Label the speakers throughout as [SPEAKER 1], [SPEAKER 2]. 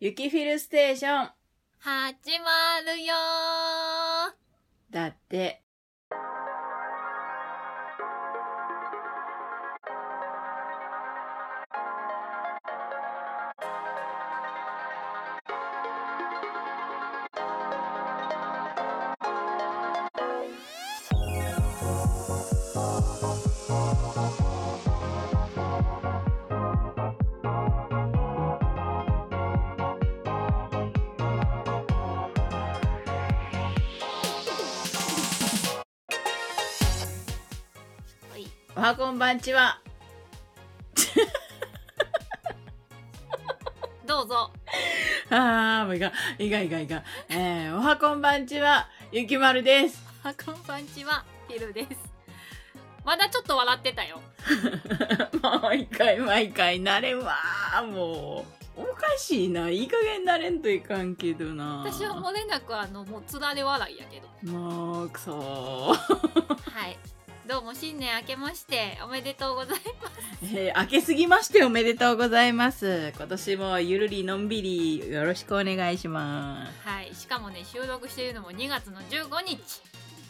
[SPEAKER 1] 雪フィルステーション。
[SPEAKER 2] 始まるよ
[SPEAKER 1] だって。
[SPEAKER 2] はい。
[SPEAKER 1] おはこんばんちは。
[SPEAKER 2] どうぞ。
[SPEAKER 1] あー、もういかん、いかんいかんいかん。えー、おはこんばんちは、ゆきまるです。
[SPEAKER 2] あこんばんちは、ヒルです。まだちょっと笑ってたよ。
[SPEAKER 1] 毎回毎回慣れんわー、もう。おかしいな。いい加減慣れんといかんけどな。
[SPEAKER 2] 私は
[SPEAKER 1] も
[SPEAKER 2] 漏れなくあの、もうつられ笑いやけど。
[SPEAKER 1] う。もう、くそー。
[SPEAKER 2] はい。どうも新年明けましておめでとうございます。
[SPEAKER 1] えー、明けすぎましておめでとうございます。今年もゆるりのんびりよろしくお願いします。
[SPEAKER 2] はい。しかもね、収録しているのも2月の15日。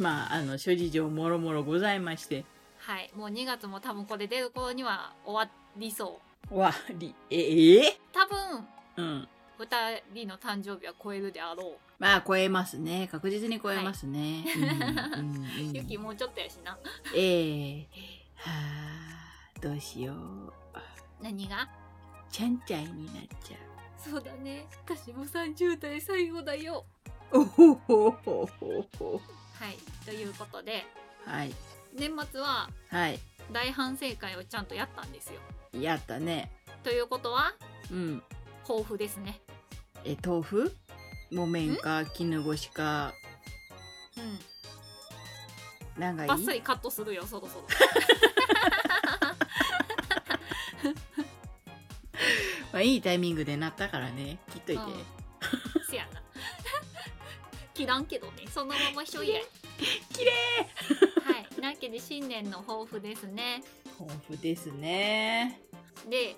[SPEAKER 1] まあ、あの、諸事情もろもろございまして。
[SPEAKER 2] はい。もう2月も多分これ出る頃には終わりそう。
[SPEAKER 1] わり、え、え
[SPEAKER 2] 多分、
[SPEAKER 1] うん。
[SPEAKER 2] 2人の誕生日は超えるであろ
[SPEAKER 1] まあ、超えますね。確実に超えますね。
[SPEAKER 2] はい
[SPEAKER 1] うんうんう
[SPEAKER 2] う。
[SPEAKER 1] ん
[SPEAKER 2] ゆきもうちょっとやしな。
[SPEAKER 1] ええはあ、どうしよう。
[SPEAKER 2] 何が
[SPEAKER 1] ちゃんちゃいになっちゃ
[SPEAKER 2] そうだね。私も30代最後だよ。
[SPEAKER 1] う。おほほほほほ。
[SPEAKER 2] はい。ということで、
[SPEAKER 1] はい。
[SPEAKER 2] 年末は
[SPEAKER 1] はい。
[SPEAKER 2] 大反省会をちゃんとやったんですよ。
[SPEAKER 1] やったね。
[SPEAKER 2] ということは、
[SPEAKER 1] うん。
[SPEAKER 2] 豊富ですね。
[SPEAKER 1] え、豆腐木綿か絹ごしか、
[SPEAKER 2] う
[SPEAKER 1] なんかい
[SPEAKER 2] ん。
[SPEAKER 1] い
[SPEAKER 2] ばっさりカットするよ、そろそろ。
[SPEAKER 1] まあ、いいタイミングでなったからね。切っといて。
[SPEAKER 2] うんせやな。 切らんけどね。そのまま一 緒や。
[SPEAKER 1] きれい
[SPEAKER 2] はい。なわけで新年の抱負ですね。
[SPEAKER 1] 豆腐ですね。
[SPEAKER 2] で、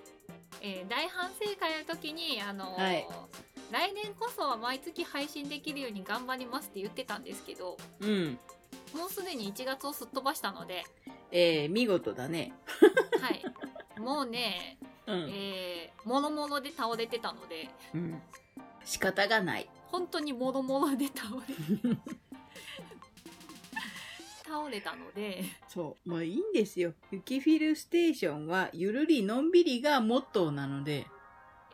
[SPEAKER 2] えー大反省会の時に、あのー
[SPEAKER 1] はい
[SPEAKER 2] 来年こそは毎月配信できるように頑張りますって言ってたんですけど、
[SPEAKER 1] うん。
[SPEAKER 2] もうすでに1月をすっ飛ばしたので、
[SPEAKER 1] えー、見事だね。
[SPEAKER 2] はい。もうね、
[SPEAKER 1] うん。
[SPEAKER 2] えー、もろもろで倒れてたので、
[SPEAKER 1] うん。仕方がない。
[SPEAKER 2] 本当にもろもろで倒れ、 倒れたので、
[SPEAKER 1] そう。まあいいんですよ。雪フィルステーションは、ゆるりのんびりがモットーなので、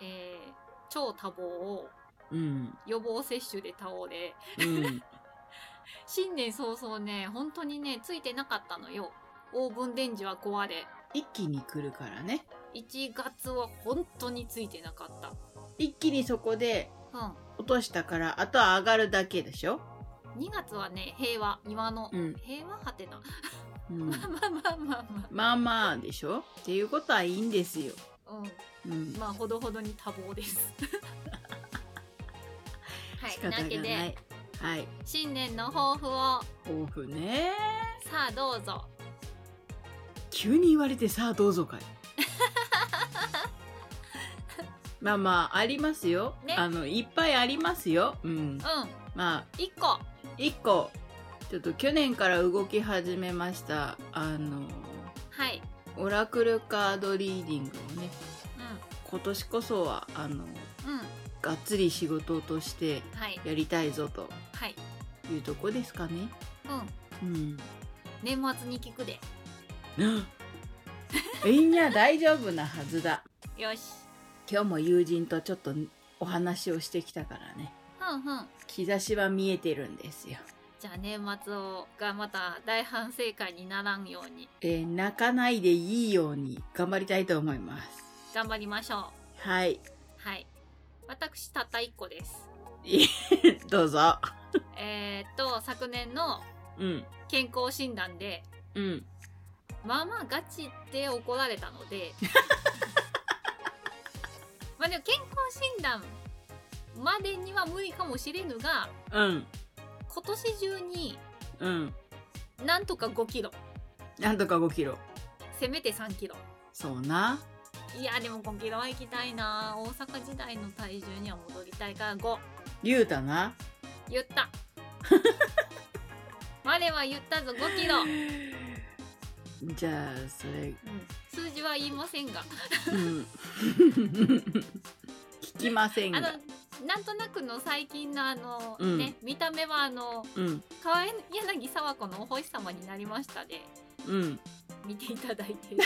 [SPEAKER 2] えー、超多忙を
[SPEAKER 1] うん。
[SPEAKER 2] 予防接種で倒れ、
[SPEAKER 1] う ん。
[SPEAKER 2] 新年早々ね、本当にね、ついてなかったのよ。オーブンレンジは壊れ。
[SPEAKER 1] 一気に来るからね。
[SPEAKER 2] 1月は本当についてなかった。
[SPEAKER 1] 一気にそこで
[SPEAKER 2] う
[SPEAKER 1] 落としたから、あとは上がるだけでしょ
[SPEAKER 2] ん。2月はね、平和、今の。
[SPEAKER 1] うん。
[SPEAKER 2] 平和はてな。
[SPEAKER 1] うん。
[SPEAKER 2] まあまあまあま
[SPEAKER 1] まあまあでしょっていうことはいいんですよ。
[SPEAKER 2] あ。うん。
[SPEAKER 1] うん。
[SPEAKER 2] まあほどほどに多忙です。 は
[SPEAKER 1] 仕
[SPEAKER 2] い、
[SPEAKER 1] 方
[SPEAKER 2] な
[SPEAKER 1] が
[SPEAKER 2] わ
[SPEAKER 1] ない
[SPEAKER 2] けで。
[SPEAKER 1] はい。
[SPEAKER 2] 新年の抱負を
[SPEAKER 1] 抱負ね。
[SPEAKER 2] さあどうぞ。
[SPEAKER 1] 急に言われてさあどうぞか い。まあまあ、ありますよ。
[SPEAKER 2] ね
[SPEAKER 1] あの、いっぱいありますよ。うん
[SPEAKER 2] うん。。
[SPEAKER 1] まあ、
[SPEAKER 2] 一個。
[SPEAKER 1] 一個ちょっと去年から動き始めましたあの
[SPEAKER 2] はい。
[SPEAKER 1] オラクルカードリーディングをね
[SPEAKER 2] う
[SPEAKER 1] 今年こそはあの
[SPEAKER 2] ん。うん。
[SPEAKER 1] がっつり仕事として
[SPEAKER 2] はい。
[SPEAKER 1] やりたいぞと
[SPEAKER 2] はい。
[SPEAKER 1] いうとこですかね
[SPEAKER 2] うん。
[SPEAKER 1] うん
[SPEAKER 2] 年末に聞くで。
[SPEAKER 1] みんな大丈夫なはずだ
[SPEAKER 2] よし。
[SPEAKER 1] 今日も友人とちょっとお話をしてきたからね
[SPEAKER 2] ふんふん。
[SPEAKER 1] 兆しは見えてるんですよ、
[SPEAKER 2] じゃあ年末をがまた大反省会にならんように
[SPEAKER 1] えー泣かないでいいように頑張りたいと思います
[SPEAKER 2] 頑張りましょ。
[SPEAKER 1] はいう
[SPEAKER 2] はい。私たった一個です。
[SPEAKER 1] どうぞ
[SPEAKER 2] えー、っと昨年の
[SPEAKER 1] うん
[SPEAKER 2] 健康診断で
[SPEAKER 1] うん
[SPEAKER 2] まあまあガチで怒られたの でまあでも健康診断までには無理かもしれぬが
[SPEAKER 1] うん
[SPEAKER 2] 今年中に
[SPEAKER 1] うん
[SPEAKER 2] なんとか5キロ
[SPEAKER 1] なんとか5キロ
[SPEAKER 2] せめて3キロ
[SPEAKER 1] そうな
[SPEAKER 2] いやでも5キロは行きたいな大阪時代の体重には戻りたいから5
[SPEAKER 1] 言うたな。
[SPEAKER 2] 言った 我は言ったぞ5キロ、うん、
[SPEAKER 1] じゃあ、それ、
[SPEAKER 2] 数字は言いませんが
[SPEAKER 1] うん。聞きません
[SPEAKER 2] あの
[SPEAKER 1] が。
[SPEAKER 2] なんとなくの最近のあの、
[SPEAKER 1] うん
[SPEAKER 2] ね見た目はあの
[SPEAKER 1] うん。
[SPEAKER 2] 川柳沢子のお星様になりましたで
[SPEAKER 1] うん。
[SPEAKER 2] 見ていただ いて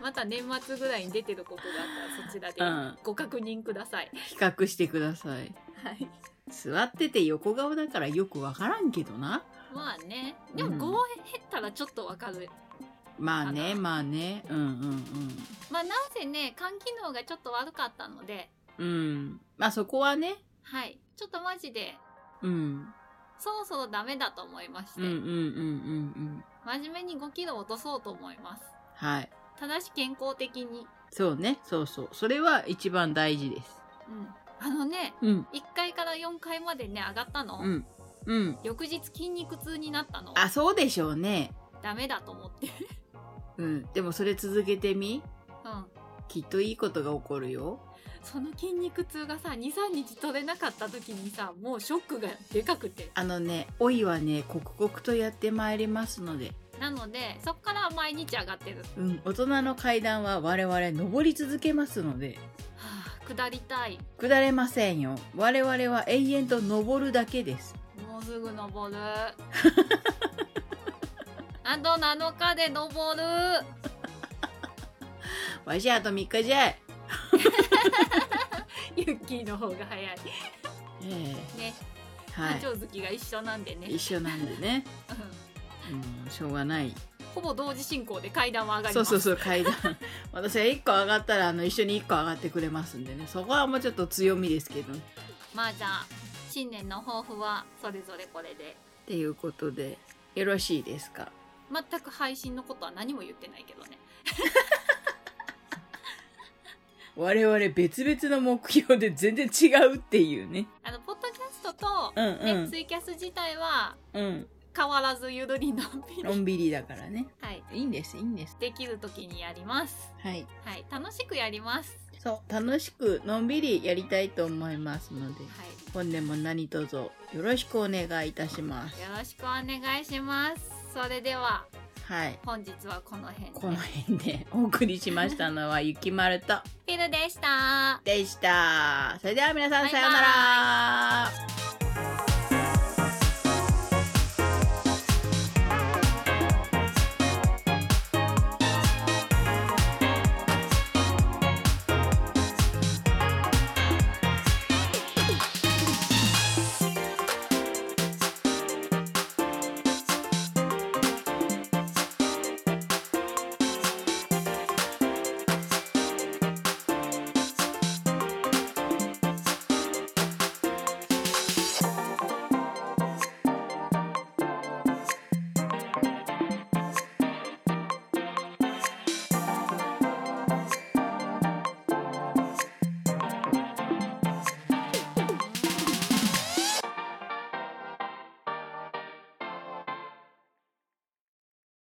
[SPEAKER 2] また年末ぐらいに出てることがあったらそちらで
[SPEAKER 1] うん。
[SPEAKER 2] ご確認ください、
[SPEAKER 1] 比較してください。
[SPEAKER 2] はい
[SPEAKER 1] 座ってて横顔だからよくわからんけどな。
[SPEAKER 2] まあねで
[SPEAKER 1] うん
[SPEAKER 2] も5減ったらちょっとわかる、
[SPEAKER 1] まあね、
[SPEAKER 2] かな
[SPEAKER 1] まあね。うん
[SPEAKER 2] まあなぜね肝機能がちょっと悪かったので
[SPEAKER 1] うんうん。うん。まあそこはね。
[SPEAKER 2] はいちょっとマジで
[SPEAKER 1] うん。
[SPEAKER 2] そろそろダメだと思いまして、
[SPEAKER 1] うんうんうんうんうん。
[SPEAKER 2] 真面目に5キロ落とそうと思います
[SPEAKER 1] はい。
[SPEAKER 2] ただし健康的に
[SPEAKER 1] そうね。そうそう。それは一番大事です。
[SPEAKER 2] うんあのね
[SPEAKER 1] うん。
[SPEAKER 2] 1階から4階までね上がったの、
[SPEAKER 1] うん。うん。
[SPEAKER 2] 翌日筋肉痛になったの
[SPEAKER 1] あ、そうでしょうね。
[SPEAKER 2] ダメだと思って
[SPEAKER 1] うん。でもそれ続けてみ。
[SPEAKER 2] うん
[SPEAKER 1] きっといいことが起こるよ。
[SPEAKER 2] その筋肉痛がさ23日取れなかった時にさもうショックがでかくて
[SPEAKER 1] あのね、老いはね、刻々とやってまいりますので。
[SPEAKER 2] なのでそっから毎日上がってる、は
[SPEAKER 1] うん。大人の階段は我々登り続けますので。
[SPEAKER 2] あ、下りたい
[SPEAKER 1] 下れませんよ。我々は永遠と登るだけです。
[SPEAKER 2] もうすぐ登 るあと7日で登る
[SPEAKER 1] わしあと3日じゃい。
[SPEAKER 2] ユッキーの方が早い
[SPEAKER 1] ええ
[SPEAKER 2] ね
[SPEAKER 1] は
[SPEAKER 2] 誕
[SPEAKER 1] い。
[SPEAKER 2] 生月が一緒なんでね、
[SPEAKER 1] 一緒なんでね。
[SPEAKER 2] うん
[SPEAKER 1] うん、しょうがない。
[SPEAKER 2] ほぼ同時進行で階段は上がり
[SPEAKER 1] そ
[SPEAKER 2] ま
[SPEAKER 1] う
[SPEAKER 2] す
[SPEAKER 1] そうそう、階段。 私は1個上がったら、あの、一緒に1個上がってくれますんでね。そこはもうちょっと強みですけど。っ
[SPEAKER 2] まあじゃあ新年の抱負はそれぞれこれで
[SPEAKER 1] ていうことで、よろしいですか
[SPEAKER 2] 全く配信のことは何も言ってないけどね
[SPEAKER 1] 我々別々の目標で全然違うっていうね。
[SPEAKER 2] あのポッドキャストと、
[SPEAKER 1] うん
[SPEAKER 2] ね
[SPEAKER 1] うん。
[SPEAKER 2] ツイキャス自体は
[SPEAKER 1] うん。
[SPEAKER 2] 変わらずゆるりのん びり、
[SPEAKER 1] のんびりだからね。
[SPEAKER 2] はい、
[SPEAKER 1] いいんです、いいんです。
[SPEAKER 2] できる時にやります、
[SPEAKER 1] はい。
[SPEAKER 2] はい、楽しくやります、
[SPEAKER 1] そう、楽しく、のんびりやりたいと思いますので。
[SPEAKER 2] はい、
[SPEAKER 1] 本年も何卒よろしくお願いいたします。
[SPEAKER 2] よろしくお願いしますそれでは
[SPEAKER 1] はい。
[SPEAKER 2] 本日はこの辺で
[SPEAKER 1] この辺でお送りしましたのはゆきまると
[SPEAKER 2] フィルでした
[SPEAKER 1] でした。それでは皆さんさようなら。
[SPEAKER 2] バイ